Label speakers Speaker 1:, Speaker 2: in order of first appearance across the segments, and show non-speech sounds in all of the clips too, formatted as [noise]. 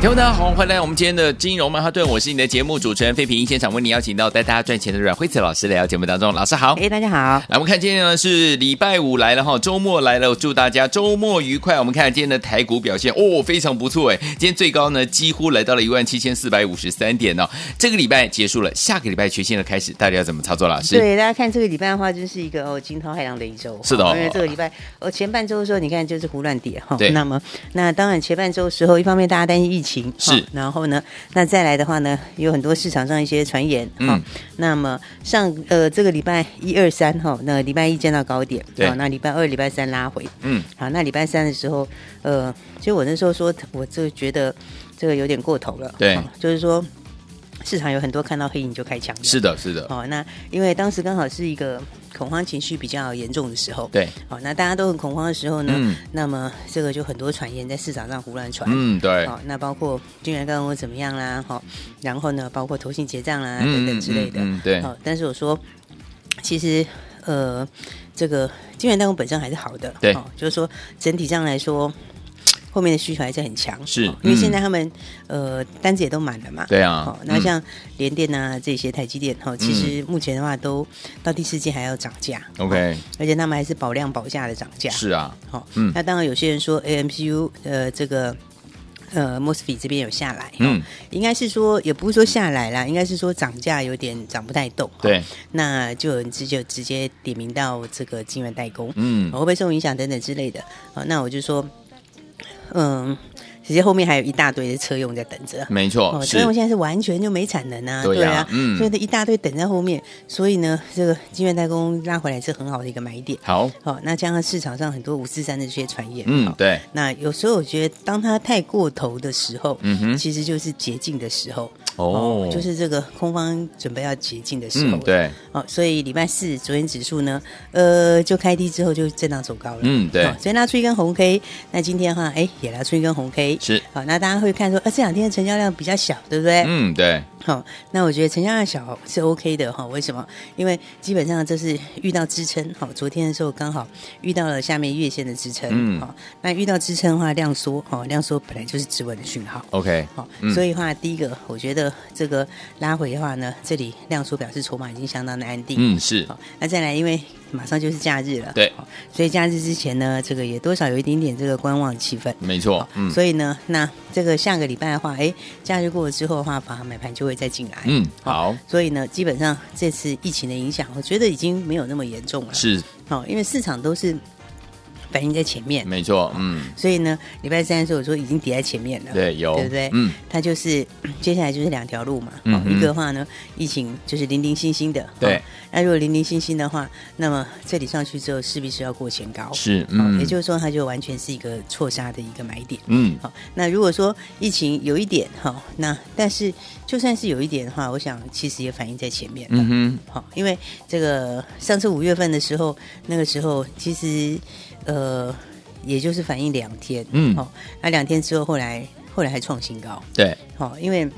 Speaker 1: 听众大家好，欢迎来到我们今天的金融曼哈顿，我是你的节目主持人费平，现场为你邀请到带大家赚钱的阮惠慈老师来到节目当中，老师好。
Speaker 2: 哎，大家好。
Speaker 1: 来，我们看今天呢是礼拜五来了哈，周末来了，祝大家周末愉快。我们看今天的台股表现哦，非常不错哎，今天最高呢几乎来到了一万七千四百五十三点哦。这个礼拜结束了，下个礼拜全新的开始，大家要怎么操作？老师，
Speaker 2: 对，大家看这个礼拜的话，就是一个哦惊涛骇浪的一周。
Speaker 1: 是的哦
Speaker 2: 因为这个礼拜呃前半周的时候，你看就是胡乱跌哈。
Speaker 1: 对
Speaker 2: 那么那当然前半周的时候，一方面大家担心疫情，哈
Speaker 1: 是
Speaker 2: 然后呢，那再来的话呢，有很多市场上一些传言哈
Speaker 1: 嗯。
Speaker 2: 那么上呃这个礼拜一二三哈，那礼拜一见到高点，哦
Speaker 1: 对
Speaker 2: 好那礼拜二、礼拜三拉回，
Speaker 1: 嗯，
Speaker 2: 好，那礼拜三的时候，呃，其实我那时候说，我就觉得这个有点过头了，
Speaker 1: 对
Speaker 2: 哦就是说市场有很多看到黑影就开枪了，
Speaker 1: 是的，是的，
Speaker 2: 哦，那因为当时刚好是一个恐慌情绪比较严重的时候，，
Speaker 1: 对，
Speaker 2: 哦，那大家都很恐慌的时候呢，
Speaker 1: 嗯
Speaker 2: 那么这个就很多传言在市场上胡乱传，
Speaker 1: 嗯，对，
Speaker 2: 哦，那包括金源干我怎么样啦，哈、然后呢，包括投信结账啦、
Speaker 1: 嗯
Speaker 2: 等等之类的，
Speaker 1: 嗯嗯嗯对
Speaker 2: 哦，但是我说，其实呃，这个金源代工本身还是好的，哦
Speaker 1: 对
Speaker 2: 就是说整体上来说。后面的需求还是很强，
Speaker 1: 是
Speaker 2: 哦因为
Speaker 1: 嗯
Speaker 2: 现在他们、呃单子也都满了嘛，
Speaker 1: 对啊
Speaker 2: 哦，
Speaker 1: 嗯
Speaker 2: 那像联电啊这些台积电哈、哦，其实目前的话都到第四季还要涨价，
Speaker 1: 嗯，OK，
Speaker 2: 而且他们还是保量保价的涨价，
Speaker 1: 是啊，
Speaker 2: 好、哦，
Speaker 1: 嗯
Speaker 2: 那当然有些人说 AMPU 呃这个呃 MOSFET 这边有下来，哦
Speaker 1: 嗯，
Speaker 2: 应该是说也不是说下来啦，应该是说涨价有点涨不太动，哦
Speaker 1: 对，
Speaker 2: 那就有人直接直接点名到这个晶圆代工，
Speaker 1: 嗯
Speaker 2: 哦，会不会受影响等等之类的，哦，那我就说，嗯，其实后面还有一大堆的车用在等着。
Speaker 1: 没错，
Speaker 2: 车
Speaker 1: 哦是
Speaker 2: 哦用现在是完全就没产能啊，
Speaker 1: 对啊嗯
Speaker 2: 所以呢一大堆等在后面，所以呢，这个晶圆代工拉回来是很好的一个买点。
Speaker 1: 好，
Speaker 2: 好、那加上市场上很多五四三的这些传言，
Speaker 1: 嗯，
Speaker 2: 好
Speaker 1: 对，
Speaker 2: 那有时候我觉得当它太过头的时候，
Speaker 1: 嗯哼
Speaker 2: 其实就是捷径的时候，
Speaker 1: 哦
Speaker 2: 就是这个空方准备要捷径的时候，
Speaker 1: 嗯，，对，
Speaker 2: 哦，所以礼拜四昨天指数呢，呃，就开低之后就震荡走高了，
Speaker 1: 嗯对
Speaker 2: 哦所以拉出一根红 K，那今天的话，哎，也拉出一根红 K，
Speaker 1: 是，
Speaker 2: 好、那大家会看说，呃，这两天的成交量比较小，对不对？
Speaker 1: 嗯，对，
Speaker 2: 好、那我觉得成交量小是 OK 的哈、为什么？因为基本上这是遇到支撑，好、昨天的时候刚好遇到了下面月线的支撑，
Speaker 1: 嗯
Speaker 2: 好、那遇到支撑的话量缩，好、量缩本来就是止稳的讯号。
Speaker 1: OK，
Speaker 2: 好、
Speaker 1: 嗯
Speaker 2: 所以的话，第一个，我觉得这个拉回的话呢，这里量缩表示筹码已经相当的安定。
Speaker 1: 嗯，是
Speaker 2: 好，那再来，因为马上就是假日了，
Speaker 1: 对
Speaker 2: 好，所以假日之前呢，这个也多少有一点点这个观望的气氛。
Speaker 1: 没错，嗯，
Speaker 2: 所以呢，那这个下个礼拜的话，哎，假日过了之后的话，法买盘就会再进来。哦
Speaker 1: 嗯，好，
Speaker 2: 所以呢，基本上这次疫情的影响，我觉得已经没有那么严重了。，
Speaker 1: 是
Speaker 2: 好、因为市场都是反应在前面，
Speaker 1: 没错，嗯，
Speaker 2: 所以呢，礼拜三的时候我说已经跌在前面了。，
Speaker 1: 对，有，
Speaker 2: 对不对
Speaker 1: 嗯，
Speaker 2: 它就是 [clears throat] 接下来就是两条路嘛。
Speaker 1: 嗯
Speaker 2: 哦
Speaker 1: 哼
Speaker 2: 一个的话呢，疫情就是零零星星的。
Speaker 1: 对
Speaker 2: 哦那如果零零星星的话，那么这里上去之后，势必是要过前高。
Speaker 1: 是，
Speaker 2: 哦
Speaker 1: 嗯，
Speaker 2: 也就是说，它就完全是一个错杀的一个买点。
Speaker 1: 嗯，
Speaker 2: 好，那如果说疫情有一点哈、那但是就算是有一点的话，我想其实也反映在前面了。
Speaker 1: 嗯哼，
Speaker 2: 好，因为这个上次五月份的时候，那个时候其实呃，也就是反映两天，
Speaker 1: 嗯
Speaker 2: 好、那两天之后，后来后来还创新高，
Speaker 1: 对
Speaker 2: 好、因为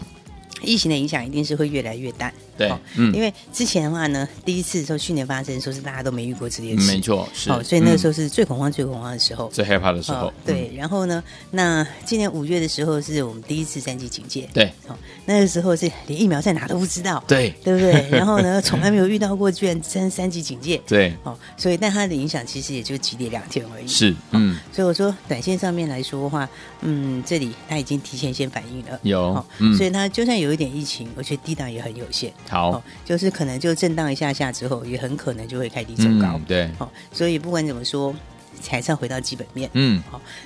Speaker 2: 疫情的影响一定是会越来越淡，
Speaker 1: 对
Speaker 2: 好，
Speaker 1: 嗯
Speaker 2: 因，为之前的话呢，第一次的时候，去年发生的时候是大家都没遇过这件事，
Speaker 1: 没错，是嗯
Speaker 2: 好、，所以那个时
Speaker 1: 候
Speaker 2: 候是最恐慌、最恐慌的时候，
Speaker 1: 最害怕的时候嗯
Speaker 2: 哦，，对，然后呢，那今年五月的时候是我们第一次三级警戒，
Speaker 1: 嗯，对
Speaker 2: 哦，那个时候是连疫苗在哪都不知道，
Speaker 1: 对
Speaker 2: 对不
Speaker 1: [laughs]
Speaker 2: 对？然后呢，从来没有遇到过居然三三级警戒，
Speaker 1: 对，
Speaker 2: 哦，所以但它的影响其实也就几点两天而已。，
Speaker 1: 是，嗯，
Speaker 2: 所以我说短线上面来说的话，嗯，这里它已经提前先反应了，
Speaker 1: 有，嗯，
Speaker 2: 所以它就算有一点疫情，我觉得低档也很有限，
Speaker 1: 好，，
Speaker 2: 就是可能就震荡一下下之后，也很可能就会开低走高
Speaker 1: 嗯，，对，
Speaker 2: 哦，所以不管怎么说，才是要回到基本面。
Speaker 1: 嗯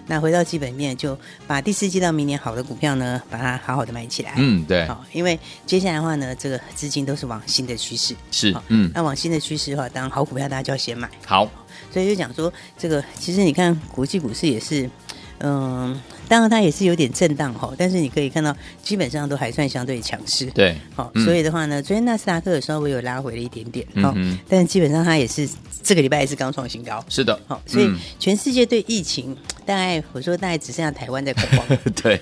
Speaker 2: 那回到基本面，就把第四季到明年好的股票呢，把它好好的买起来。
Speaker 1: 嗯，对，
Speaker 2: 哎好，因为接下来的话呢，这个资金都是往新的趋势。
Speaker 1: 是
Speaker 2: 好，
Speaker 1: 嗯，
Speaker 2: 那往新的趋势的话，当然好股票大家就要先买。
Speaker 1: 好，
Speaker 2: 所以就讲说，这个其实你看国际股市也是，嗯、当然它也是有点震荡哈，但是你可以看到基本上都还算相对强势。
Speaker 1: 对，
Speaker 2: 好、
Speaker 1: 嗯
Speaker 2: 所以的话呢，昨天纳斯达克有稍微有拉回了一点点，
Speaker 1: 嗯
Speaker 2: 好、
Speaker 1: 哼
Speaker 2: 但基本上它也是这个礼拜也是刚创新高，
Speaker 1: 是的，
Speaker 2: 好、所以
Speaker 1: 嗯 [laughs]
Speaker 2: 全世界对疫情、大概我说大概只剩下台湾在恐
Speaker 1: [laughs]
Speaker 2: 慌，
Speaker 1: 对，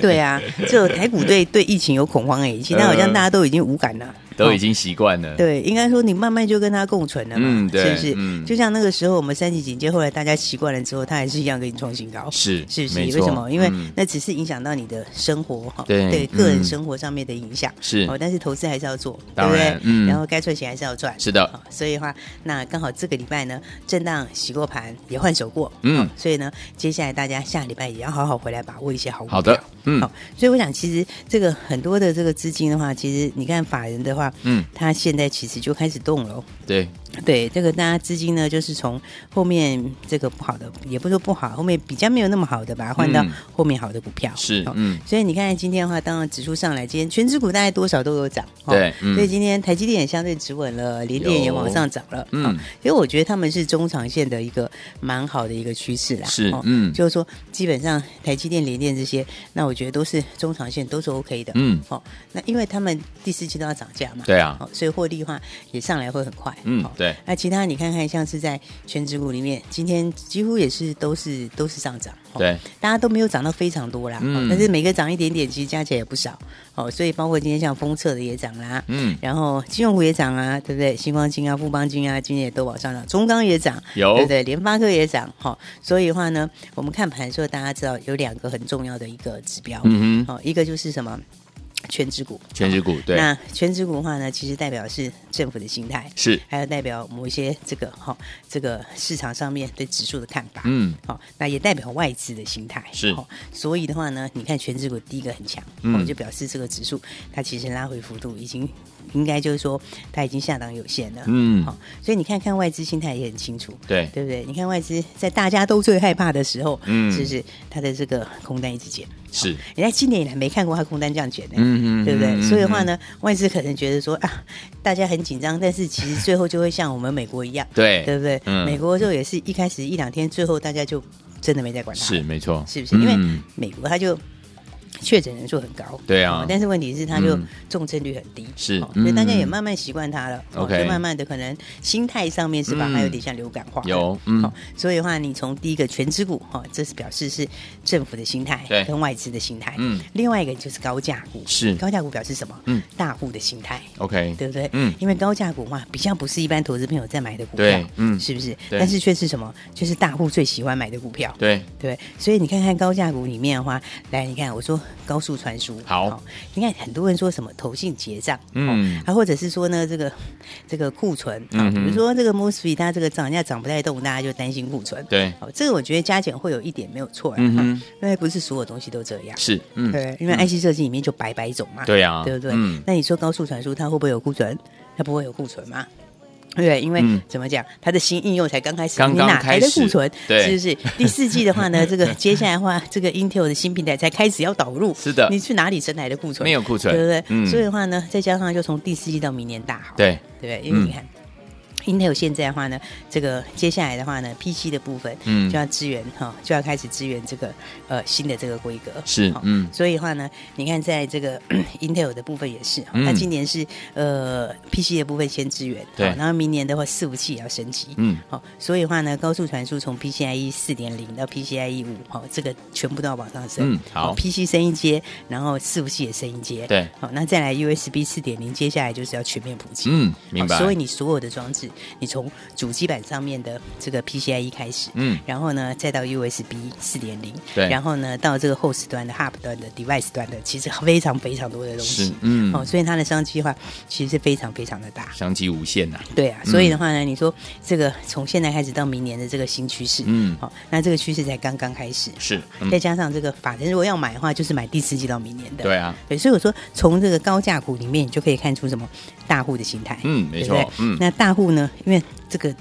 Speaker 2: 对啊，只有台股对对疫情有恐慌而已，其他好像大家都已经无感了，
Speaker 1: 都
Speaker 2: 好
Speaker 1: 已经习惯了，
Speaker 2: 对，应该说你慢慢就跟它共存了嘛，
Speaker 1: 嗯对
Speaker 2: 是不是？
Speaker 1: 嗯
Speaker 2: 就像那个时候我们三级警戒，后来大家习惯了之后，它还是一样给你创新高，
Speaker 1: 是
Speaker 2: 是不是？
Speaker 1: 没
Speaker 2: 为
Speaker 1: 错
Speaker 2: 什么？因为
Speaker 1: 嗯
Speaker 2: 那只是影响到你的生活哈，
Speaker 1: 对嗯
Speaker 2: 个人生活上面的影响
Speaker 1: 是
Speaker 2: 哦，但是投资还是要做，对
Speaker 1: 当
Speaker 2: 不
Speaker 1: 然
Speaker 2: 对？
Speaker 1: 嗯
Speaker 2: 然后该赚钱还是要赚，
Speaker 1: 是的
Speaker 2: 好所以的话，那刚好这个礼拜呢，震荡洗过盘，也换手过，
Speaker 1: 嗯
Speaker 2: 好所以呢，接下来大家下礼拜也要好好回来把握一些好股
Speaker 1: 好的
Speaker 2: 票，
Speaker 1: 嗯
Speaker 2: 好，所以我想，其实这个很多的这个资金的话，其实你看法人的话，
Speaker 1: 嗯，
Speaker 2: 他现在其实就开始动了哦。
Speaker 1: 对，
Speaker 2: 对，这个大家资金呢，就是从后面这个不好的，也不是说不好，后面比较没有那么好的，把它换到
Speaker 1: 嗯
Speaker 2: 后面好的股票。
Speaker 1: 是
Speaker 2: 哦，
Speaker 1: 嗯，
Speaker 2: 所以你看今天的话，当然指数上来，今天全指股大概多少都有涨。哦
Speaker 1: 对嗯
Speaker 2: 所以今天台积电也相对止稳了，联电也
Speaker 1: 有
Speaker 2: 往上涨了。
Speaker 1: 嗯
Speaker 2: 哦，因为我觉得他们是中长线的一个蛮好的一个趋势啦。哦
Speaker 1: 是嗯
Speaker 2: 就是说基本上台积电、联电这些，那我觉得都是中长线都是 OK 的。
Speaker 1: 嗯
Speaker 2: 哦，那因为他们第四季都要涨价嘛。
Speaker 1: 对啊
Speaker 2: 哦，所以获利的话也上来会很快。
Speaker 1: 嗯
Speaker 2: 哦
Speaker 1: 对
Speaker 2: 那其他你看看，像是在全指股里面，今天几乎也是都是都是上涨。哦
Speaker 1: 对，
Speaker 2: 大家都没有涨到非常多啦，
Speaker 1: 嗯
Speaker 2: 哦但是每个涨一点点，其实加起来也不少。哦，所以包括今天像封测的也涨啦。
Speaker 1: 嗯，
Speaker 2: 然后金融股也涨啊，对不对？星光金啊、富邦金啊，今天也都往上涨，中钢也涨，
Speaker 1: 有
Speaker 2: 对不对？联发科也涨，哈、所以的话呢，我们看盘的时候，大家知道有两个很重要的一个指标，
Speaker 1: 嗯哼，
Speaker 2: 哦，一个就是什么？全指股，
Speaker 1: 全指股，对，
Speaker 2: 那全指股的话呢，其实代表是政府的心态，
Speaker 1: 是，
Speaker 2: 还有代表某一些这个哈、这个市场上面对指数的看法，
Speaker 1: 嗯，
Speaker 2: 好、那也代表外资的心态
Speaker 1: 是
Speaker 2: 好所以的话呢，你看全指股第一个很强，我
Speaker 1: 嗯
Speaker 2: 们就表示这个指数它其实拉回幅度已经应该就是说它已经下档有限了，
Speaker 1: 嗯
Speaker 2: 好、所以你看看外资心态也很清楚，
Speaker 1: 对，
Speaker 2: 对不对？你看外资在大家都最害怕的时候，
Speaker 1: 嗯
Speaker 2: 是不是它的这个空单一直减？
Speaker 1: 是，
Speaker 2: 人家今年以来没看过它空单这样减的、
Speaker 1: 嗯嗯，
Speaker 2: 对不对？
Speaker 1: 嗯
Speaker 2: 所以的话，呢，外资可能觉得说啊，大家很紧张，但是其实最后就会像我们美国一样
Speaker 1: 嗯， [laughs] 对，
Speaker 2: 对不对？
Speaker 1: 嗯
Speaker 2: 美国就也是一开始一两天，最后大家就真的没再管它，
Speaker 1: 是没错，
Speaker 2: 是不是？因为
Speaker 1: 嗯
Speaker 2: 美国它就确诊人数很高，
Speaker 1: 对啊
Speaker 2: 哦但是问题是它就
Speaker 1: 嗯
Speaker 2: 重症率很低，
Speaker 1: 是
Speaker 2: 哦所以大家也
Speaker 1: 嗯
Speaker 2: 慢慢习惯它了。哦
Speaker 1: OK
Speaker 2: 就慢慢的可能心态上面是把它
Speaker 1: 嗯
Speaker 2: 有点像流感化了，
Speaker 1: 有嗯
Speaker 2: 哦所以的话，你从第一个全指股哈，哦这是表示是政府的心态
Speaker 1: 对
Speaker 2: 跟外资的心态，
Speaker 1: 嗯，
Speaker 2: 另外一个就是高价股，
Speaker 1: 是
Speaker 2: 高价股表示什么？
Speaker 1: 嗯，
Speaker 2: 大户的心态。
Speaker 1: OK，
Speaker 2: 对不对？
Speaker 1: 嗯
Speaker 2: 因为高价股嘛，比较不是一般投资朋友在买的股票，
Speaker 1: 对嗯
Speaker 2: 是不是？
Speaker 1: 对
Speaker 2: 但是却是什么？就是大户最喜欢买的股票，
Speaker 1: 对，
Speaker 2: 对。所以你看看高价股里面的话，来，你看我说高速传输，
Speaker 1: 好
Speaker 2: 你看很多人说什么投信结账，
Speaker 1: 嗯
Speaker 2: 哦啊，或者是说呢，这个这个库存啊，
Speaker 1: 嗯哼
Speaker 2: 比如说这个 mosfet 它这个涨价涨不太动，大家就担心库存，
Speaker 1: 对，
Speaker 2: 哦，这个我觉得加减会有一点没有错啦，
Speaker 1: 嗯哼
Speaker 2: 哈因为不是所有东西都这样，
Speaker 1: 是，嗯，
Speaker 2: 对，因为 IC 设计里面就百百种嘛，
Speaker 1: 对啊
Speaker 2: 对不对？
Speaker 1: 嗯
Speaker 2: 那你说高速传输它会不会有库存？它不会有库存嘛？对不对，因为、
Speaker 1: 嗯
Speaker 2: 怎么讲，它的新应用才刚开始，
Speaker 1: 刚刚
Speaker 2: 你哪
Speaker 1: 开
Speaker 2: 来的
Speaker 1: 始
Speaker 2: 库存？
Speaker 1: 对
Speaker 2: 是不是？第四季的话
Speaker 1: [laughs]
Speaker 2: 呢，这个接下来的话，这个 Intel 的新平台才开始要导入，
Speaker 1: 是的
Speaker 2: 你去哪里生来的库存？
Speaker 1: 没有库存
Speaker 2: 对不对？
Speaker 1: 嗯
Speaker 2: 所以的话呢，再加上就从第四季到明年大好，
Speaker 1: 对，
Speaker 2: 对不对？因为
Speaker 1: 嗯
Speaker 2: 你看。Intel 现在的话呢，这个接下来的话呢，PC 的部分，
Speaker 1: 嗯
Speaker 2: 就要支援哈、就要开始支援这个呃新的这个规格，
Speaker 1: 是
Speaker 2: 哦，
Speaker 1: 嗯，
Speaker 2: 所以的话呢，你看在这个 [clears throat] Intel 的部分也是，
Speaker 1: 嗯
Speaker 2: 那、今年是呃 PC 的部分先支援，
Speaker 1: 对
Speaker 2: 好然后明年的话伺服器也要升级，
Speaker 1: 嗯，
Speaker 2: 好、所以的话呢，高速传输从 PCIe E 四点零到 PCIe E 五，好，这个全部都要往上升，
Speaker 1: 嗯好
Speaker 2: 哦 PC 升一阶，然后伺服器也升一阶，
Speaker 1: 对
Speaker 2: 好、那再来 USB 四点零，接下来就是要全面普及，
Speaker 1: 嗯，明白
Speaker 2: 好，所以你所有的装置，你从主机板上面的这个 PCIe E 开始，
Speaker 1: 嗯
Speaker 2: 然后呢，再到 USB 四点零，
Speaker 1: 对
Speaker 2: 然后呢，到这个 host 端的 hub 端的 device 端的，其实非常非常多的东
Speaker 1: 是
Speaker 2: 西，，
Speaker 1: 嗯，
Speaker 2: 哦，所以它的商机的话，其实是非常非常的大。
Speaker 1: 商机无限呐，
Speaker 2: 对啊，所以
Speaker 1: 嗯
Speaker 2: 的话呢，你说这个从现在开始到明年的这个新趋势，
Speaker 1: 嗯
Speaker 2: 好、那这个趋势才刚刚开始，
Speaker 1: 是嗯
Speaker 2: 再加上这个法人如果要买的话，就是买第四季到明年的，
Speaker 1: 对啊，
Speaker 2: 对，所以我说从这个高价股里面，你就可以看出什么大户的心态，
Speaker 1: 嗯，没
Speaker 2: 对不对
Speaker 1: 错，嗯，
Speaker 2: 那大户呢，因为这个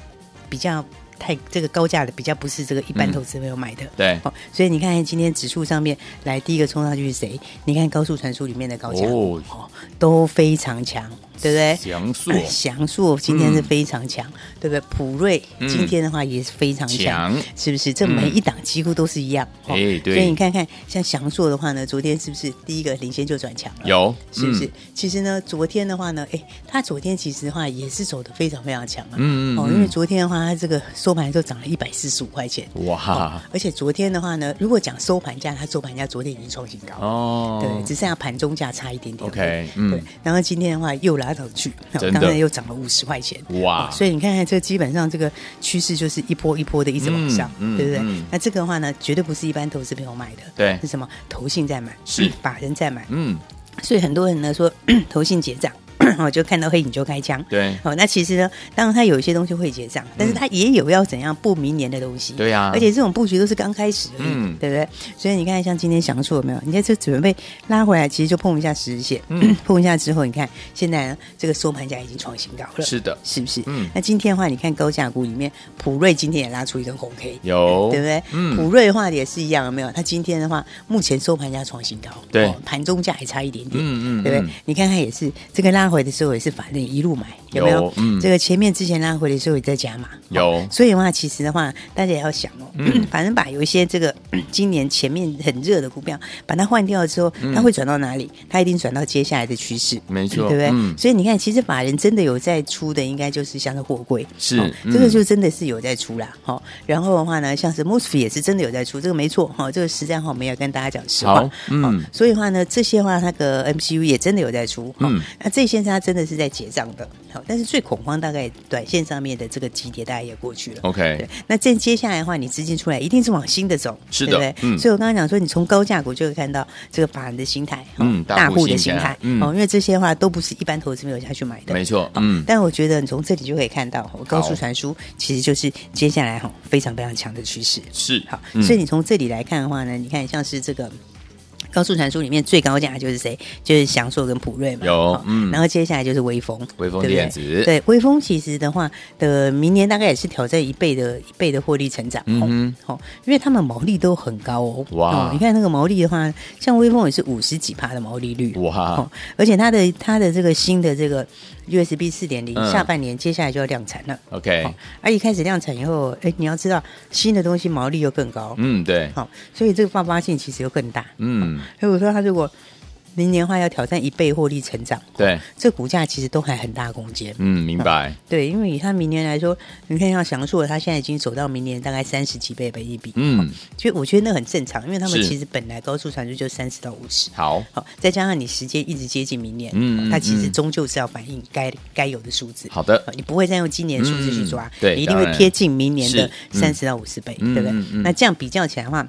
Speaker 2: 比较太这个高价的比较不是这个一般
Speaker 1: 嗯
Speaker 2: 投资朋友买的，
Speaker 1: 对，
Speaker 2: 哦，所以你看今天指数上面来第一个冲上去是谁？你看高速传输里面的高价、
Speaker 1: 哦
Speaker 2: 哦，都非常强。对不对？
Speaker 1: 翔硕
Speaker 2: 呃翔硕今天是非常强，对不对？普瑞
Speaker 1: 嗯
Speaker 2: 今天的话也是非常强，
Speaker 1: 强嗯
Speaker 2: 是不是？这每一档几乎都是一样。哦
Speaker 1: 哎对
Speaker 2: 所以你看看，像翔硕的话呢，昨天是不是第一个领先就转强了？
Speaker 1: 有
Speaker 2: 是不是？
Speaker 1: 嗯
Speaker 2: 其实呢，昨天的话呢，哎，它昨天其实的话也是走的非常非常强啊。
Speaker 1: 嗯嗯
Speaker 2: 哦，
Speaker 1: 嗯
Speaker 2: 因为昨天的话，它这个收盘就涨了一百四十五块钱。哦
Speaker 1: 哇，
Speaker 2: 而且昨天的话呢，如果讲收盘价，它收盘价昨天已经创新高了。
Speaker 1: 哦，
Speaker 2: 对，只剩下盘中价差一点点而已。
Speaker 1: OK，嗯
Speaker 2: 对。然后今天的话又拉上去，哦
Speaker 1: 真的
Speaker 2: 刚才又涨了五十块钱，
Speaker 1: 哇
Speaker 2: 哦所以你看看这基本上这个趋势就是一波一波的一直往上，
Speaker 1: 嗯嗯
Speaker 2: 对不对、
Speaker 1: 嗯
Speaker 2: 那这个的话呢，绝对不是一般投资朋友买的，
Speaker 1: 对
Speaker 2: 是什么？投信在买，
Speaker 1: 是
Speaker 2: 法人在买，
Speaker 1: 嗯，
Speaker 2: 所以很多人呢说嗯投信结账， [coughs] 我就看到黑影就开枪。
Speaker 1: 对，
Speaker 2: 哦，那其实呢，当然它有一些东西会结账，但是它也有要怎样不明年的东西。
Speaker 1: 对啊
Speaker 2: 而且这种布局都是刚开始而已，
Speaker 1: 嗯
Speaker 2: 对不对？所以你看，像今天翔硕有没有？你看这准备拉回来，其实就碰一下十日线，
Speaker 1: 嗯
Speaker 2: [clears throat] 碰一下之后，你看现在呢，这个收盘价已经创新高了，
Speaker 1: 是的
Speaker 2: 是不是？
Speaker 1: 嗯
Speaker 2: 那今天的话，你看高价股里面，普瑞今天也拉出一根红 K。
Speaker 1: 有，
Speaker 2: 对不对？
Speaker 1: 嗯
Speaker 2: 普瑞的话也是一样，有没有？它今天的话，目前收盘价创新高，哦
Speaker 1: 对
Speaker 2: 盘中价还差一点点，
Speaker 1: 嗯嗯
Speaker 2: 对
Speaker 1: 嗯
Speaker 2: 不对？你看看也是，这个拉回的时候也是法人一路买，有没有
Speaker 1: 有？嗯
Speaker 2: 这个前面之前拉回的时候也在加码，
Speaker 1: 有
Speaker 2: 哦所以的话，其实的话，大家也要想哦，
Speaker 1: 嗯
Speaker 2: 反正把有一些这个今年前面很热的股票，把它换掉之后，它会转到哪里？它一定转到接下来的趋势。
Speaker 1: 嗯没错，
Speaker 2: 对不对？
Speaker 1: 嗯，
Speaker 2: 所以你看，其实法人真的有在出的，应该就是像是货柜，
Speaker 1: 是
Speaker 2: 哦
Speaker 1: 嗯
Speaker 2: 这个就真的是有在出啦，哈、然后的话呢，像是 m o s f 也是真的有在出，这个没错，哈、这个实战话我们也跟大家讲实话，
Speaker 1: 好嗯
Speaker 2: 哦所以的话呢，这些话那个 MCU 也真的有在出，哈
Speaker 1: 嗯
Speaker 2: 那这些它真的是在结账的，好、但是最恐慌大概短线上面的这个急跌大概也过去了。对
Speaker 1: OK，，
Speaker 2: 那这接下来的话，你资金出来一定是往新的走，
Speaker 1: 是的
Speaker 2: 对不对？
Speaker 1: 嗯
Speaker 2: 所以我刚刚讲说，你从高价股就会看到这个法人的心态，哦
Speaker 1: 嗯大户
Speaker 2: 大户的
Speaker 1: 心
Speaker 2: 心
Speaker 1: 态
Speaker 2: 态，
Speaker 1: 嗯
Speaker 2: 哦，因为这些的话都不是一般投资没有下去买的，
Speaker 1: 没错，
Speaker 2: 哦
Speaker 1: 嗯，
Speaker 2: 但我觉得你从这里就可以看到，哦高
Speaker 1: 好
Speaker 2: 速传输其实就是接下来哈非常非常强的趋势。
Speaker 1: 是，
Speaker 2: 好，
Speaker 1: 嗯
Speaker 2: 所以你从这里来看的话呢，你看像是这个。高速传输里面最高价就是谁？就是翔硕跟普瑞嘛。
Speaker 1: 有
Speaker 2: 哦
Speaker 1: 嗯
Speaker 2: 然后接下来就是微风，
Speaker 1: 微风
Speaker 2: 对不对
Speaker 1: 电子
Speaker 2: 对，微风其实的话的明年大概也是挑战一倍的一倍的获利成长。
Speaker 1: 嗯哼
Speaker 2: 哦，哦因为他们毛利都很高哦。
Speaker 1: 哇
Speaker 2: 哦你看那个毛利的话，像微风也是五十几趴的毛利率。
Speaker 1: 哇
Speaker 2: 哦，而且它的它的这个新的这个 USB 四点零
Speaker 1: 嗯
Speaker 2: 下半年接下来就要量产了。
Speaker 1: ，OK，
Speaker 2: 哦，啊，一开始量产以后，哎，你要知道新的东西毛利又更高，
Speaker 1: 嗯，对，
Speaker 2: 好、所以这个爆发性其实又更大。
Speaker 1: 嗯，
Speaker 2: 所以我说，它如果明年的话要挑战一倍获利成长，
Speaker 1: 对，
Speaker 2: 这股价其实都还很大空间。
Speaker 1: 嗯，明白，
Speaker 2: 对，因为以它明年来说，你看像翔硕，它现在已经走到明年大概三十几倍本益比，
Speaker 1: 嗯，
Speaker 2: 所以我觉得那很正常，因为他们
Speaker 1: 是
Speaker 2: 其实本来高速传输就三十到五十。
Speaker 1: 好，
Speaker 2: 好，再加上你时间一直接近明年，
Speaker 1: 嗯嗯
Speaker 2: 它其实
Speaker 1: 嗯
Speaker 2: 终究是要反映该该有的数字。
Speaker 1: 好的
Speaker 2: 你不会再用今年的数字去抓，
Speaker 1: 嗯对
Speaker 2: 你一定会
Speaker 1: 当然
Speaker 2: 贴近明年的
Speaker 1: 是
Speaker 2: 三十到五十倍，
Speaker 1: 嗯
Speaker 2: 对不对？
Speaker 1: 嗯嗯
Speaker 2: 那这样比较起来的话。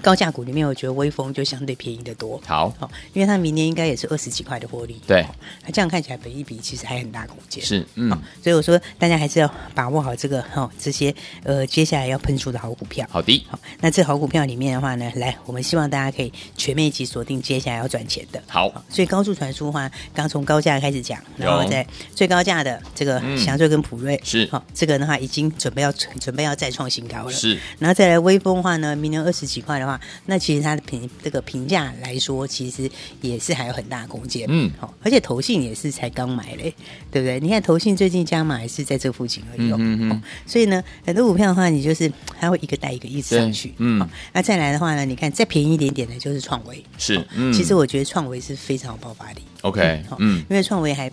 Speaker 2: 高价股里面，我觉得微风就相对便宜的多。
Speaker 1: 好，
Speaker 2: 好，因为它明年应该也是二十几块的获利。
Speaker 1: 对
Speaker 2: 哦，那这样看起来，本益比其实还很大空间。
Speaker 1: 是，嗯
Speaker 2: 好，，所以我说大家还是要把握好这个哦，这些呃接下来要喷出的好股票。
Speaker 1: 好的，
Speaker 2: 好，那这好股票里面的话呢，来，我们希望大家可以全面一起锁定接下来要赚钱的。
Speaker 1: 好，
Speaker 2: 哦所以高速传输的话，刚从高价开始讲，
Speaker 1: 有
Speaker 2: 然后在最高价的这个
Speaker 1: 嗯
Speaker 2: 祥瑞跟普瑞
Speaker 1: 是
Speaker 2: 好、这个的话已经准备要准备要再创新高了。
Speaker 1: 是，
Speaker 2: 然后再来微风的话呢，明年二十几块的话，那其实它的评这个评价来说，其实也是还有很大空间。
Speaker 1: 嗯
Speaker 2: 好，而且投信也是才刚买嘞，对不对？你看投信最近加码也是在这附近而已哦。
Speaker 1: 嗯嗯嗯
Speaker 2: 哦所以呢，很多股票的话，你就是它会一个带一个一直上去
Speaker 1: 对。嗯
Speaker 2: 好那再来的话呢，你看再便宜一点点的就是创维。
Speaker 1: 是
Speaker 2: 哦
Speaker 1: 嗯
Speaker 2: 其实我觉得创维是非常有爆发力。
Speaker 1: ，OK，
Speaker 2: 哎好
Speaker 1: 嗯
Speaker 2: 因为创维还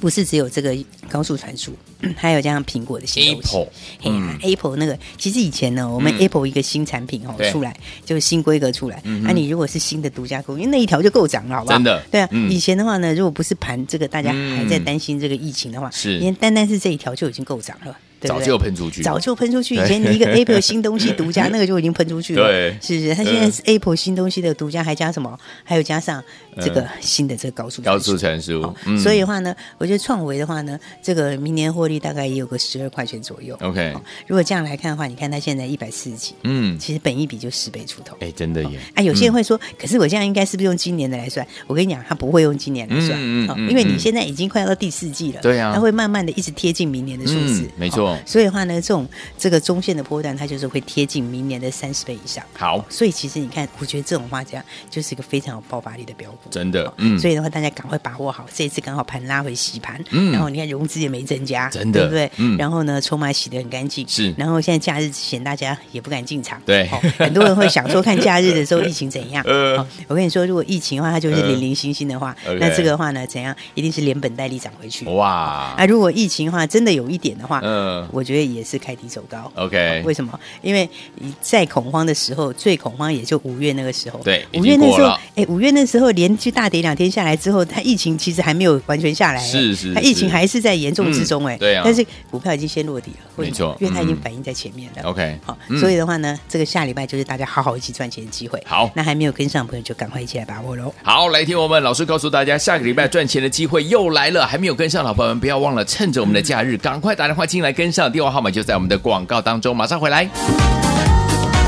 Speaker 2: 不是只有这个高速传输， [clears throat] 还有加上苹果的新东西
Speaker 1: ，Apple，
Speaker 2: 嘿呀、
Speaker 1: 嗯
Speaker 2: a p p l e 那个，其实以前呢，我们
Speaker 1: 嗯
Speaker 2: Apple 一个新产品哦、
Speaker 1: 对
Speaker 2: 出来，就是新规格出来，那、
Speaker 1: 嗯哼
Speaker 2: 你如果是新的独家股，因为那一条就够涨了，好不好？
Speaker 1: 真的
Speaker 2: 对啊、
Speaker 1: 嗯
Speaker 2: 以前的话呢，如果不是盘这个，大家
Speaker 1: 嗯
Speaker 2: 还在担心这个疫情的话，
Speaker 1: 是
Speaker 2: 连单单是这一条就已经够涨了，对不
Speaker 1: 早
Speaker 2: 对？
Speaker 1: 就有喷出去，
Speaker 2: 早就喷出去，以
Speaker 1: 对
Speaker 2: 前你一个 Apple 新东西独
Speaker 1: [laughs]
Speaker 2: 家，那个就已经喷出去了，
Speaker 1: 对
Speaker 2: 是不是？它现在是 Apple 新东西的独家，还加什么？还有加上这个新的这个高速
Speaker 1: 嗯高
Speaker 2: 传输
Speaker 1: 速传输
Speaker 2: 哦，
Speaker 1: 嗯
Speaker 2: 所以的话呢，我觉得创维的话呢，这个明年获利大概也有个十二块钱左右。
Speaker 1: ，OK，
Speaker 2: 哦如果这样来看的话，你看它现在一百四十几，
Speaker 1: 嗯，
Speaker 2: 其实本一比就十倍出头。
Speaker 1: 哎，真的耶，
Speaker 2: 啊，有些人会说，
Speaker 1: 嗯
Speaker 2: 可是我这样应该是不是用今年的来算？我跟你讲，他不会用今年来算，哦
Speaker 1: 嗯嗯嗯
Speaker 2: 因为你
Speaker 1: 嗯
Speaker 2: 现在已经快要到第四季了，
Speaker 1: 对啊
Speaker 2: 他会慢慢的一直贴近明年的数字哦
Speaker 1: 嗯，，没错错
Speaker 2: 所以的话呢，这种这个中线的波段，它就是会贴近明年的三十倍以上。
Speaker 1: 哦好，
Speaker 2: 所以其实你看，我觉得这种花家就是一个非常有爆发力的标股，
Speaker 1: 真的嗯
Speaker 2: 所以的话，大家赶快把握好，这一次刚好盘拉回洗盘，
Speaker 1: 嗯
Speaker 2: 然后你看融资也没增加，
Speaker 1: 真的
Speaker 2: 对不对？
Speaker 1: 嗯
Speaker 2: 然后呢，筹码洗得很干净，
Speaker 1: 是
Speaker 2: 然后现在假日之前，大家也不敢进场，
Speaker 1: 对
Speaker 2: 哦很多人会想说，看假日的时候疫情怎样？
Speaker 1: [laughs] 呃
Speaker 2: 哦我跟你说，如果疫情的话，它就是零零星星的话，
Speaker 1: 呃
Speaker 2: 那
Speaker 1: OK
Speaker 2: 这个的话呢，怎样？一定是连本带利涨回去。
Speaker 1: 哇哎
Speaker 2: 啊，，如果疫情的话，真的有一点的话，
Speaker 1: 嗯
Speaker 2: 我觉得也是开低走高。
Speaker 1: ，OK，
Speaker 2: 为什么？因为你在恐慌的时候，最恐慌也就五月那个时候。
Speaker 1: 对已
Speaker 2: 五
Speaker 1: 经
Speaker 2: 月那
Speaker 1: 过
Speaker 2: 时候
Speaker 1: 了，
Speaker 2: 哎，五月那时候连续大跌两天下来之后，它疫情其实还没有完全下来，
Speaker 1: 是是
Speaker 2: 它疫情
Speaker 1: 是
Speaker 2: 还是在严重之中，
Speaker 1: 嗯
Speaker 2: 哎，
Speaker 1: 对啊
Speaker 2: 但是股票已经先落底了，为
Speaker 1: 没
Speaker 2: 什么
Speaker 1: 错
Speaker 2: 因为它已经
Speaker 1: 嗯
Speaker 2: 反映在前面了。
Speaker 1: OK，
Speaker 2: 好
Speaker 1: 嗯，
Speaker 2: 所以的话呢，这个下礼拜就是大家好好一起赚钱的机会。
Speaker 1: 好
Speaker 2: 那还没有跟上的朋友就赶快一起来把握喽。
Speaker 1: 好，来听我们老师告诉大家，下个礼拜赚钱的机会又来了，还没有跟上的朋友们，不要忘了趁着我们的假日，赶快打电话进来跟上，电话号码就在我们的广告当中，马上回来。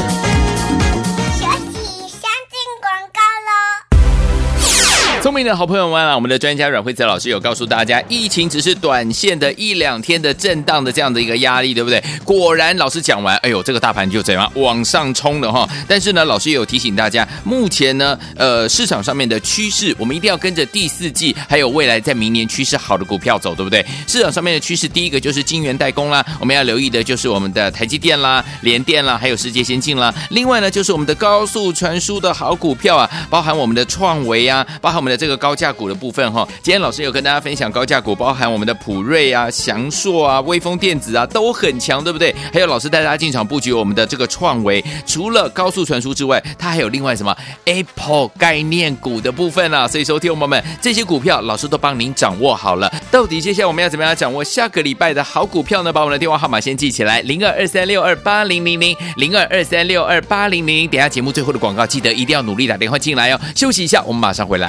Speaker 3: 学习先进广告喽。
Speaker 1: 聪明的好朋友们啊，我们的专家阮慧慈老师有告诉大家，疫情只是短线的一两天的震荡的这样的一个压力，对不对？果然，老师讲完，哎呦，这个大盘就怎样往上冲了哈。但是呢，老师也有提醒大家，目前呢，呃，市场上面的趋势，我们一定要跟着第四季还有未来在明年趋势好的股票走，对不对？市场上面的趋势，第一个就是晶圆代工啦，我们要留意的就是我们的台积电啦、联电啦，还有世界先进啦。另外呢，就是我们的高速传输的好股票啊，包含我们的创维啊，包含我们的这个高价股的部分哈、今天老师有跟大家分享高价股，包含我们的普瑞啊、翔硕啊、微风电子啊，都很强，对不对？还有老师带大家进场布局我们的这个创维，除了高速传输之外，它还有另外什么 Apple 概念股的部分啊。所以说，听我们这些股票，老师都帮您掌握好了。到底接下来我们要怎么样掌握下个礼拜的好股票呢？把我们的电话号码先记起来，零二二三六二八零零零零二二三六二八零零。等一下节目最后的广告，记得一定要努力打电话进来哦。休息一下，我们马上回来。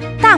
Speaker 4: 大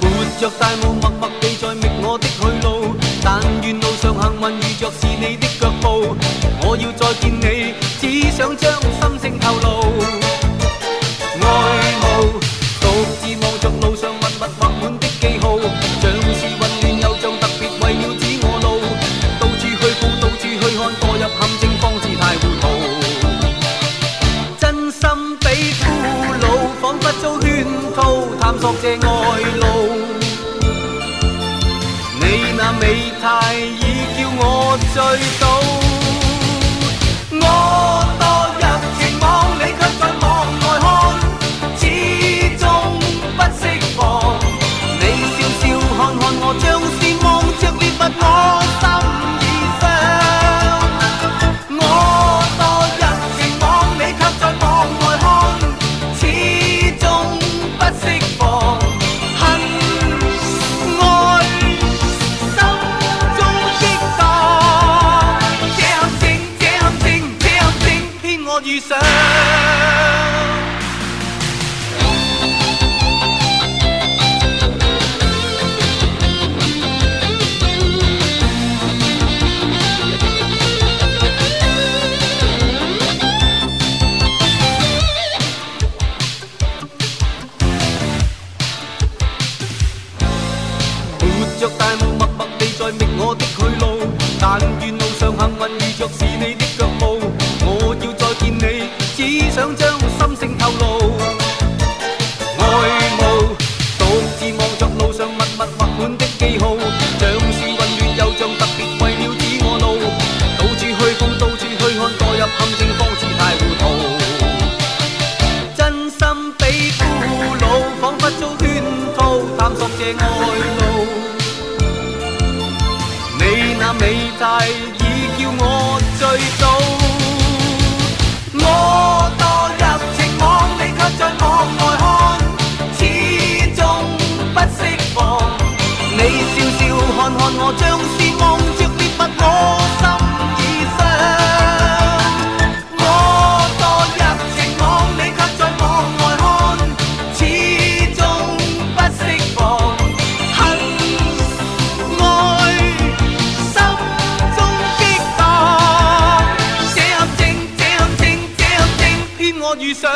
Speaker 5: 活着大雾默默地在觅我的去路，但愿路上幸运遇着是你的脚步。我要再见你，只想将心声透露。愛慕，獨自望着路上密密畫滿的記號，像是混亂又像特別為了指我路，到處去報，到處去看，墮入陷阱方知太糊塗。真心比俘虜，仿佛遭圈套，探索這愛路。你那美態已叫我醉倒，我墮入情網，你卻在網外看，始終不釋放。你笑笑看看我，像是望着獵物，我心已傷。我墮入情網，你卻在網外看，始終不釋放。恨愛心中我的去路，但愿路上幸运遇着是你的腳步，我要再見你，只想將心聲透露。愛慕，獨自望着路上密密畫滿的記號，像是混亂又像特別為了指我路，到處去碰，到處去看，墮入陷阱方知太糊塗。真心比俘虜，彷彿遭圈套，探索這愛路。你那美態已叫我醉倒，我墮入情網，你卻在網外看，始終不釋放。你笑笑看看我，像是望着獵物，我心已傷。我墮入情網，你卻在網外看，始終不釋放。恨愛心中激盪，這陷阱，這陷阱，這陷阱，偏我遇上。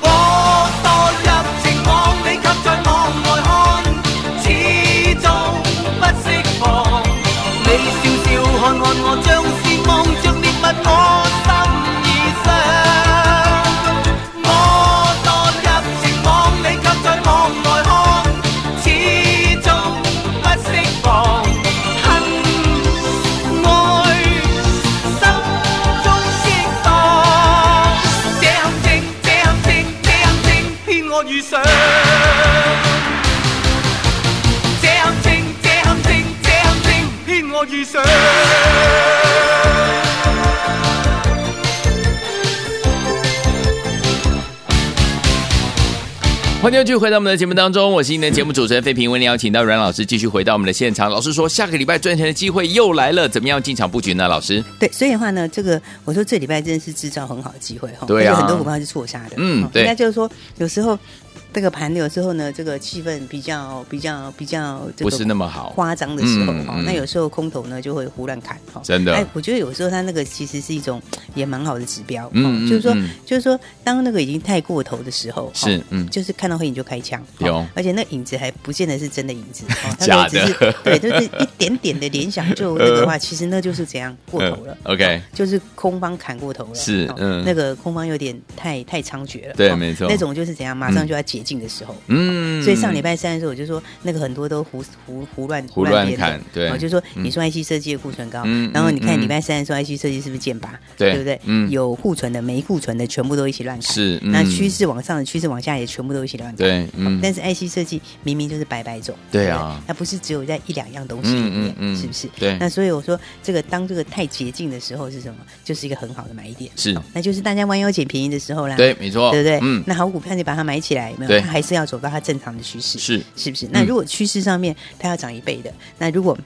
Speaker 5: 我墮入情網，你卻在網外看，始終不釋放。你笑笑看看我，像是望着獵物，我心已傷。我墮入情網，你卻在網外看，始終不釋放。恨愛心中激盪，這陷阱，這陷阱，這陷阱，偏我遇上。這陷阱，這陷阱，這陷阱，偏我遇上。
Speaker 1: 欢迎继续回到我们的节目当中，我是今天的节目主持人费平，为您邀请到阮老师继续回到我们的现场。老师说，下个礼拜赚钱的机会又来了，怎么样进场布局呢？老师，
Speaker 2: 对，所以的话呢，这个我说这礼拜真的是制造很好的机会哈，
Speaker 1: 对啊
Speaker 2: 而且很多股票是错杀的，
Speaker 1: 嗯
Speaker 2: 哦
Speaker 1: 对
Speaker 2: 应该就是说有时候这个盘有时候呢，这个气氛比较比较比较这个
Speaker 1: 不是那么好
Speaker 2: 夸张的时候
Speaker 1: 嗯
Speaker 2: 哈、
Speaker 1: 嗯
Speaker 2: 那有时候空头呢就会胡乱砍哈，
Speaker 1: 真的
Speaker 2: 哎，我觉得有时候它那个其实是一种也蛮好的指标，哦
Speaker 1: 嗯嗯
Speaker 2: 就是说
Speaker 1: 嗯
Speaker 2: 就是说当那个已经太过头的时候，哦
Speaker 1: 是嗯
Speaker 2: 就是看到黑影就开枪，哦
Speaker 1: 有
Speaker 2: 而且那影子还不见得是真的影子，
Speaker 1: [laughs]
Speaker 2: 哦它
Speaker 1: 假
Speaker 2: 可能只
Speaker 1: 的呃
Speaker 2: 是对，就是一点点的联想就那个
Speaker 1: [laughs]
Speaker 2: 的话，其实那就是怎样过头了。
Speaker 1: 嗯，OK
Speaker 2: 就是空方砍过头了，
Speaker 1: 是
Speaker 2: 哦
Speaker 1: 嗯
Speaker 2: 那个空方有点太太猖獗了，
Speaker 1: 对
Speaker 2: 哦
Speaker 1: 没错
Speaker 2: 那种就是怎样，马上就要解禁的时候，
Speaker 1: 嗯
Speaker 2: 所以上礼拜三的时候，我就说那个很多都胡胡胡乱
Speaker 1: 胡乱
Speaker 2: 编的
Speaker 1: 砍对
Speaker 2: 哦就说
Speaker 1: 嗯
Speaker 2: 你说 IC 设计的库存高
Speaker 1: 嗯，
Speaker 2: 然后你
Speaker 1: 嗯
Speaker 2: 看
Speaker 1: 嗯
Speaker 2: 礼拜三的时候 IC 设计是不是见拔，
Speaker 1: 对
Speaker 2: 不对
Speaker 1: 嗯？
Speaker 2: 有库存的没库存的全部都一起乱砍，
Speaker 1: 是嗯
Speaker 2: 那趋势往上的趋势往下也全部都一起乱砍，
Speaker 1: 对嗯
Speaker 2: 但是 IC 设计明明就是百百种，
Speaker 1: 对啊
Speaker 2: 不对，它不是只有在一两样东西里
Speaker 1: 嗯，
Speaker 2: 面
Speaker 1: 嗯嗯
Speaker 2: 是不是？
Speaker 1: 对
Speaker 2: 那所以我说，这个当这个太捷径的时候是什么？就是一个很好的买点，
Speaker 1: 是
Speaker 2: 那就是大家弯腰捡便宜的时候啦。
Speaker 1: 对，。没错，
Speaker 2: 对不对？
Speaker 1: 嗯，
Speaker 2: 那好股票你把它买起来，有没
Speaker 1: 对
Speaker 2: 有？它还是要走到它正常的趋势，
Speaker 1: 是嗯
Speaker 2: 是不是？那如果趋势上面它要涨一倍的，那如果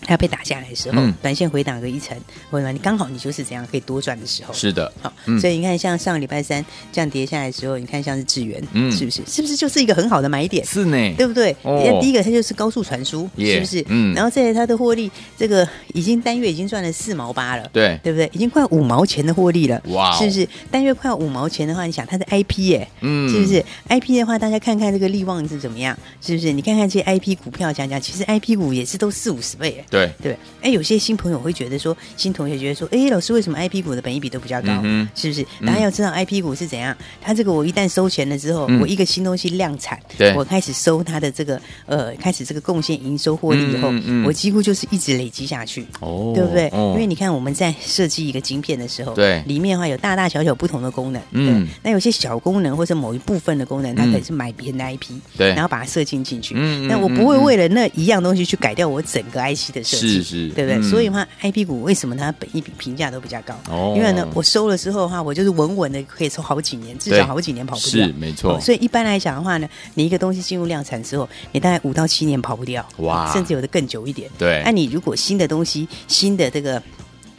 Speaker 2: 它被打下来的时候
Speaker 1: 嗯，
Speaker 2: 短线回档个一层，或者你刚好你就是怎样可以多赚的时候，
Speaker 1: 是的，
Speaker 2: 好，
Speaker 1: 嗯
Speaker 2: 所以你看，像上个礼拜三这样跌下来的时候，你看像是智源，
Speaker 1: 嗯
Speaker 2: 是不是？是不是就是一个很好的买点？
Speaker 1: 是呢，
Speaker 2: 对不对？
Speaker 1: 哦
Speaker 2: 人家第一个它就是高速传输，
Speaker 1: 耶
Speaker 2: 是不是？
Speaker 1: 嗯
Speaker 2: 然后再来它的获利，这个已经单月已经赚了四毛八了，
Speaker 1: 对
Speaker 2: 对不对？已经快五毛钱的获利了，
Speaker 1: 哇哦
Speaker 2: 是不是？单月快五毛钱的话，你想它的 IP 耶，
Speaker 1: 嗯
Speaker 2: 是不是？IP 的话，大家看看这个利旺是怎么样，是不是？你看看这些 IP 股票，讲讲，其实 IP 股也是都四五十倍耶，
Speaker 1: 对，
Speaker 2: 对，哎，有些新朋友会觉得说，新同学觉得说，哎，老师为什么 I P 股的本益比都比较高？
Speaker 1: 嗯哼
Speaker 2: 是不是？
Speaker 1: 嗯
Speaker 2: 大家要知道 I P 股是怎样，它这个我一旦收钱了之后，
Speaker 1: 嗯
Speaker 2: 我一个新东西量产
Speaker 1: 对，
Speaker 2: 我开始收它的这个呃，开始这个贡献营收获利以后，
Speaker 1: 嗯嗯嗯
Speaker 2: 我几乎就是一直累积下去。
Speaker 1: 哦
Speaker 2: 对不对？
Speaker 1: 哦
Speaker 2: 因为你看我们在设计一个晶片的时候，
Speaker 1: 对
Speaker 2: 里面的话有大大小小不同的功能，
Speaker 1: 嗯
Speaker 2: 对，那有些小功能或者某一部分的功能，它
Speaker 1: 嗯
Speaker 2: 可以是买别人的 IP，
Speaker 1: 对
Speaker 2: 然后把它设计进去。
Speaker 1: 嗯嗯
Speaker 2: 那我
Speaker 1: 嗯
Speaker 2: 不会
Speaker 1: 嗯
Speaker 2: 为了那一样东西去改掉我整个 IC 的设
Speaker 1: 是
Speaker 2: 计，
Speaker 1: 是
Speaker 2: 对不对？
Speaker 1: 嗯
Speaker 2: 所以的话，IP 股为什么它本一比评价都比较高？
Speaker 1: 哦
Speaker 2: 因为呢，我收了之后的话，我就是稳稳的可以收好几年，至
Speaker 1: 对
Speaker 2: 少好几年跑不掉。
Speaker 1: 是没错
Speaker 2: 哦，所以一般来讲的话呢，你一个东西进入量产之后，你大概五到七年跑不掉，
Speaker 1: 哇
Speaker 2: 甚至有的更久一点。
Speaker 1: 对
Speaker 2: 那你如果新的东西、新的这个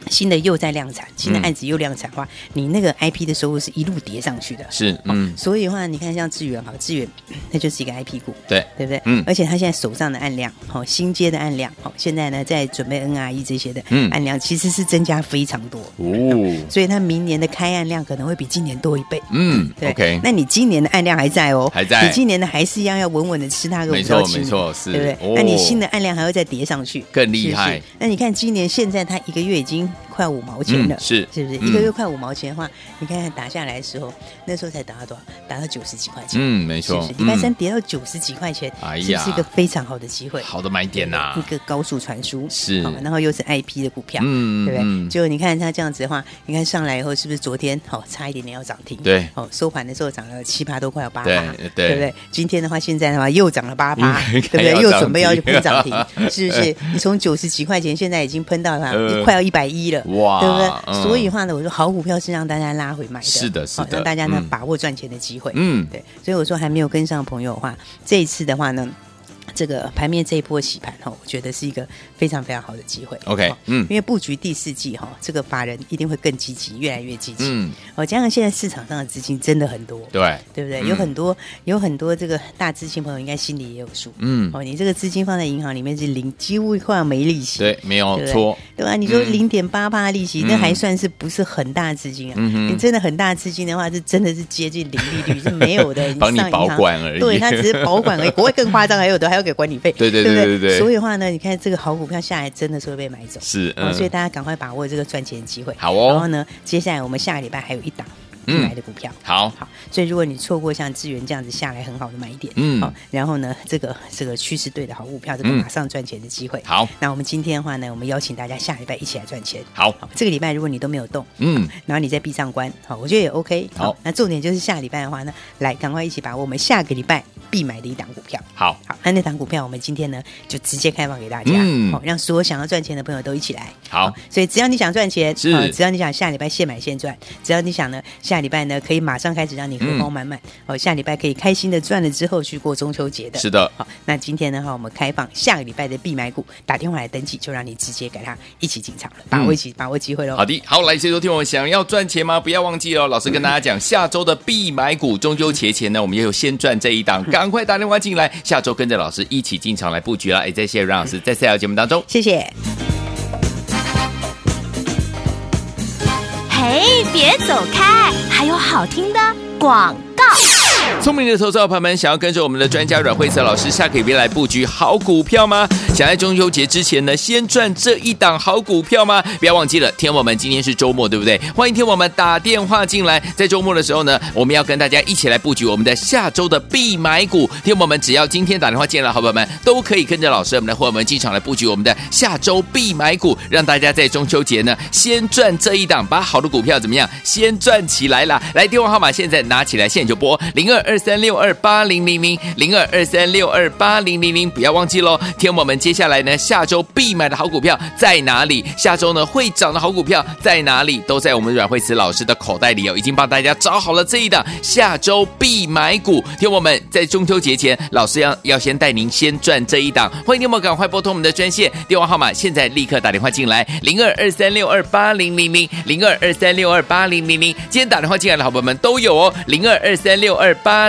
Speaker 2: 新的又在量产，
Speaker 1: 嗯
Speaker 2: 新的案子又量产化，你那个 IP 的收入是一路叠上去的。
Speaker 1: 是，嗯，
Speaker 2: 所以的话，你看像智远哈，智远那就是一个 IP 股，
Speaker 1: 对，
Speaker 2: 对不对？
Speaker 1: 嗯
Speaker 2: 而且他现在手上的案量，好、新接的案量，好、现在呢在准备 NRE 这些的
Speaker 1: 嗯
Speaker 2: 案量，其实是增加非常多，
Speaker 1: 哦，
Speaker 2: 所以他明年的开案量可能会比今年多一倍。
Speaker 1: 嗯
Speaker 2: 对
Speaker 1: ，OK，
Speaker 2: 那你今年的案量还在哦，
Speaker 1: 还在
Speaker 2: 你今年的还是一样要稳稳的吃它个
Speaker 1: 没
Speaker 2: 五
Speaker 1: 错
Speaker 2: 到七年，
Speaker 1: 没错是
Speaker 2: 对不对？
Speaker 1: 哦
Speaker 2: 那你新的案量还会再叠上去，
Speaker 1: 更厉害
Speaker 2: 是不是那你看今年现在它一个月已经快五毛钱了，
Speaker 1: 嗯是
Speaker 2: 是不是？
Speaker 1: 嗯
Speaker 2: 一个月快五毛钱的话，你看看打下来的时候，那时候才打到多少？打到九十几块钱，
Speaker 1: 嗯，没
Speaker 2: 是不
Speaker 1: 错
Speaker 2: 是？，礼拜三
Speaker 1: 嗯，
Speaker 2: 跌到九十几块钱，
Speaker 1: 哎呀
Speaker 2: 是不是一个非常好的机会？
Speaker 1: 好的买点啊呐
Speaker 2: 一，个高速传输
Speaker 1: 是
Speaker 2: 好然后又是 IP 的股票，
Speaker 1: 嗯
Speaker 2: 对不
Speaker 1: 嗯
Speaker 2: 对？就你看它这样子的话，你看上来以后是不是昨天好、哦、差一点点要涨停？
Speaker 1: 对
Speaker 2: 哦，收盘的时候涨了七八都快要八
Speaker 1: 对
Speaker 2: 八，
Speaker 1: 对
Speaker 2: 不对？今天的话，现在的话又涨了八八，
Speaker 1: 应
Speaker 2: 对不
Speaker 1: 该要
Speaker 2: 对？又准备要去喷
Speaker 1: 涨
Speaker 2: 涨
Speaker 1: 停 [laughs]
Speaker 2: 停，是不是？你从九十几块钱，现在已经喷到了、
Speaker 1: 呃
Speaker 2: 快要一百一了，
Speaker 1: 哇
Speaker 2: 对不对？
Speaker 1: 嗯
Speaker 2: 所以的话呢，我说好股票是让大家拉回买的，
Speaker 1: 是的是
Speaker 2: 哦
Speaker 1: 的
Speaker 2: 让大家呢、
Speaker 1: 嗯
Speaker 2: 把握赚钱的机会，
Speaker 1: 嗯
Speaker 2: 对。所以我说还没有跟上的朋友的话，这一次的话呢。这个盘面这一波洗盘哈，我觉得是一个非常非常好的机会。
Speaker 1: OK，
Speaker 2: 哦
Speaker 1: 嗯
Speaker 2: 因为布局第四季哈，这个法人一定会更积极，越来越积极。
Speaker 1: 嗯，
Speaker 2: 哦，加上现在市场上的资金真的很多，
Speaker 1: 对，
Speaker 2: 对不对？
Speaker 1: 嗯
Speaker 2: 有很多有很多这个大资金朋友应该心里也有数。
Speaker 1: 嗯，
Speaker 2: 哦，你这个资金放在银行里面是零，几乎快要没利息。
Speaker 1: 对，没有
Speaker 2: 对不对
Speaker 1: 错，
Speaker 2: 对吧？你说
Speaker 1: 嗯
Speaker 2: 零点八八利息，那
Speaker 1: 嗯
Speaker 2: 还算是不是很大资金啊？
Speaker 1: 嗯哼
Speaker 2: 你真的很大资金的话，是真的是接近零利
Speaker 1: [laughs]
Speaker 2: 率是没有的，
Speaker 1: 帮你
Speaker 2: 上银行
Speaker 1: 保管而已
Speaker 2: 对，它只是保管而已。国外更夸张，还有的还要给管理费。
Speaker 1: 对对
Speaker 2: 不
Speaker 1: 对对对
Speaker 2: 所以的话呢，你看这个好股票下来，真的是会被买走。
Speaker 1: 是，
Speaker 2: 哦
Speaker 1: 嗯，
Speaker 2: 所以大家赶快把握这个赚钱的机会。
Speaker 1: 好哦
Speaker 2: 然后呢，接下来我们下个礼拜还有一档必
Speaker 1: 嗯
Speaker 2: 买的股票。
Speaker 1: 好，
Speaker 2: 好，所以如果你错过像资源这样子下来很好的买点，
Speaker 1: 嗯
Speaker 2: 好，然后呢，这个这个趋势对的好股票，这个
Speaker 1: 嗯
Speaker 2: 马上赚钱的机会。
Speaker 1: 好，
Speaker 2: 那我们今天的话呢，我们邀请大家下礼拜一起来赚钱。
Speaker 1: 好，
Speaker 2: 好，这个礼拜如果你都没有动，
Speaker 1: 嗯，
Speaker 2: 然后你再闭上关，好，我觉得也 OK
Speaker 1: 好
Speaker 2: 那重点就是下礼拜的话呢，来赶快一起把握我们下个礼拜必买的一档股票。
Speaker 1: 好，
Speaker 2: 好，那那档股票我们今天呢就直接开放给大家，
Speaker 1: 嗯
Speaker 2: 好，让所有想要赚钱的朋友都一起来。
Speaker 1: 好
Speaker 2: 所以只要你想赚钱，
Speaker 1: 是
Speaker 2: 好只要你想下礼拜现买现赚，只要你想呢下礼拜呢可以马上开始让你荷包满满，
Speaker 1: 嗯
Speaker 2: 哦，下礼拜可以开心的赚了之后去过中秋节的。
Speaker 1: 是的，
Speaker 2: 好，那今天呢哈，我们开放下个礼拜的必买股，打电话来登记，就让你直接给他一起进场了，把握一起、把握机会
Speaker 1: 嗯
Speaker 2: 喽。
Speaker 1: 好的，好，来，所以昨天我们想要赚钱吗？不要忘记哦，老师跟大家讲，下周的必买股中秋节前呢，我们也有先赚这一档，赶快打电话进来，下周跟着老师一起进场来布局啦。也再谢谢阮老师在下条节目当中。
Speaker 2: 谢谢。
Speaker 4: 嘿，别走开，还有好听的广告。
Speaker 1: 聪明的投资者朋友们，想要跟着我们的专家阮慧慈老师下个月来布局好股票吗？想在中秋节之前呢，先赚这一档好股票吗？不要忘记了，天王们今天是周末，对不对？欢迎天王们打电话进来，在周末的时候呢，我们要跟大家一起来布局我们的下周的必买股。天王们只要今天打电话进来，好朋友们都可以跟着老师我们的伙伴们进场来布局我们的下周必买股，让大家在中秋节呢先赚这一档，把好的股票怎么样先赚起来啦。来，电话号码现在拿起来，现在就拨零二二三六二八零零零零二二三六二八零零零，不要忘记喽。天友们，接下来呢，下周必买的好股票在哪里？下周呢会涨的好股票在哪里？都在我们阮慧慈老师的口袋里哦，已经帮大家找好了这一档下周必买股。天友们，在中秋节前，老师要要先带您先赚这一档，欢迎天友们赶快拨通我们的专线电话号码，现在立刻打电话进来，零二二三六二八零零零零二二三六二八零零零，今天打电话进来的好朋友们都有哦，零二二三六二八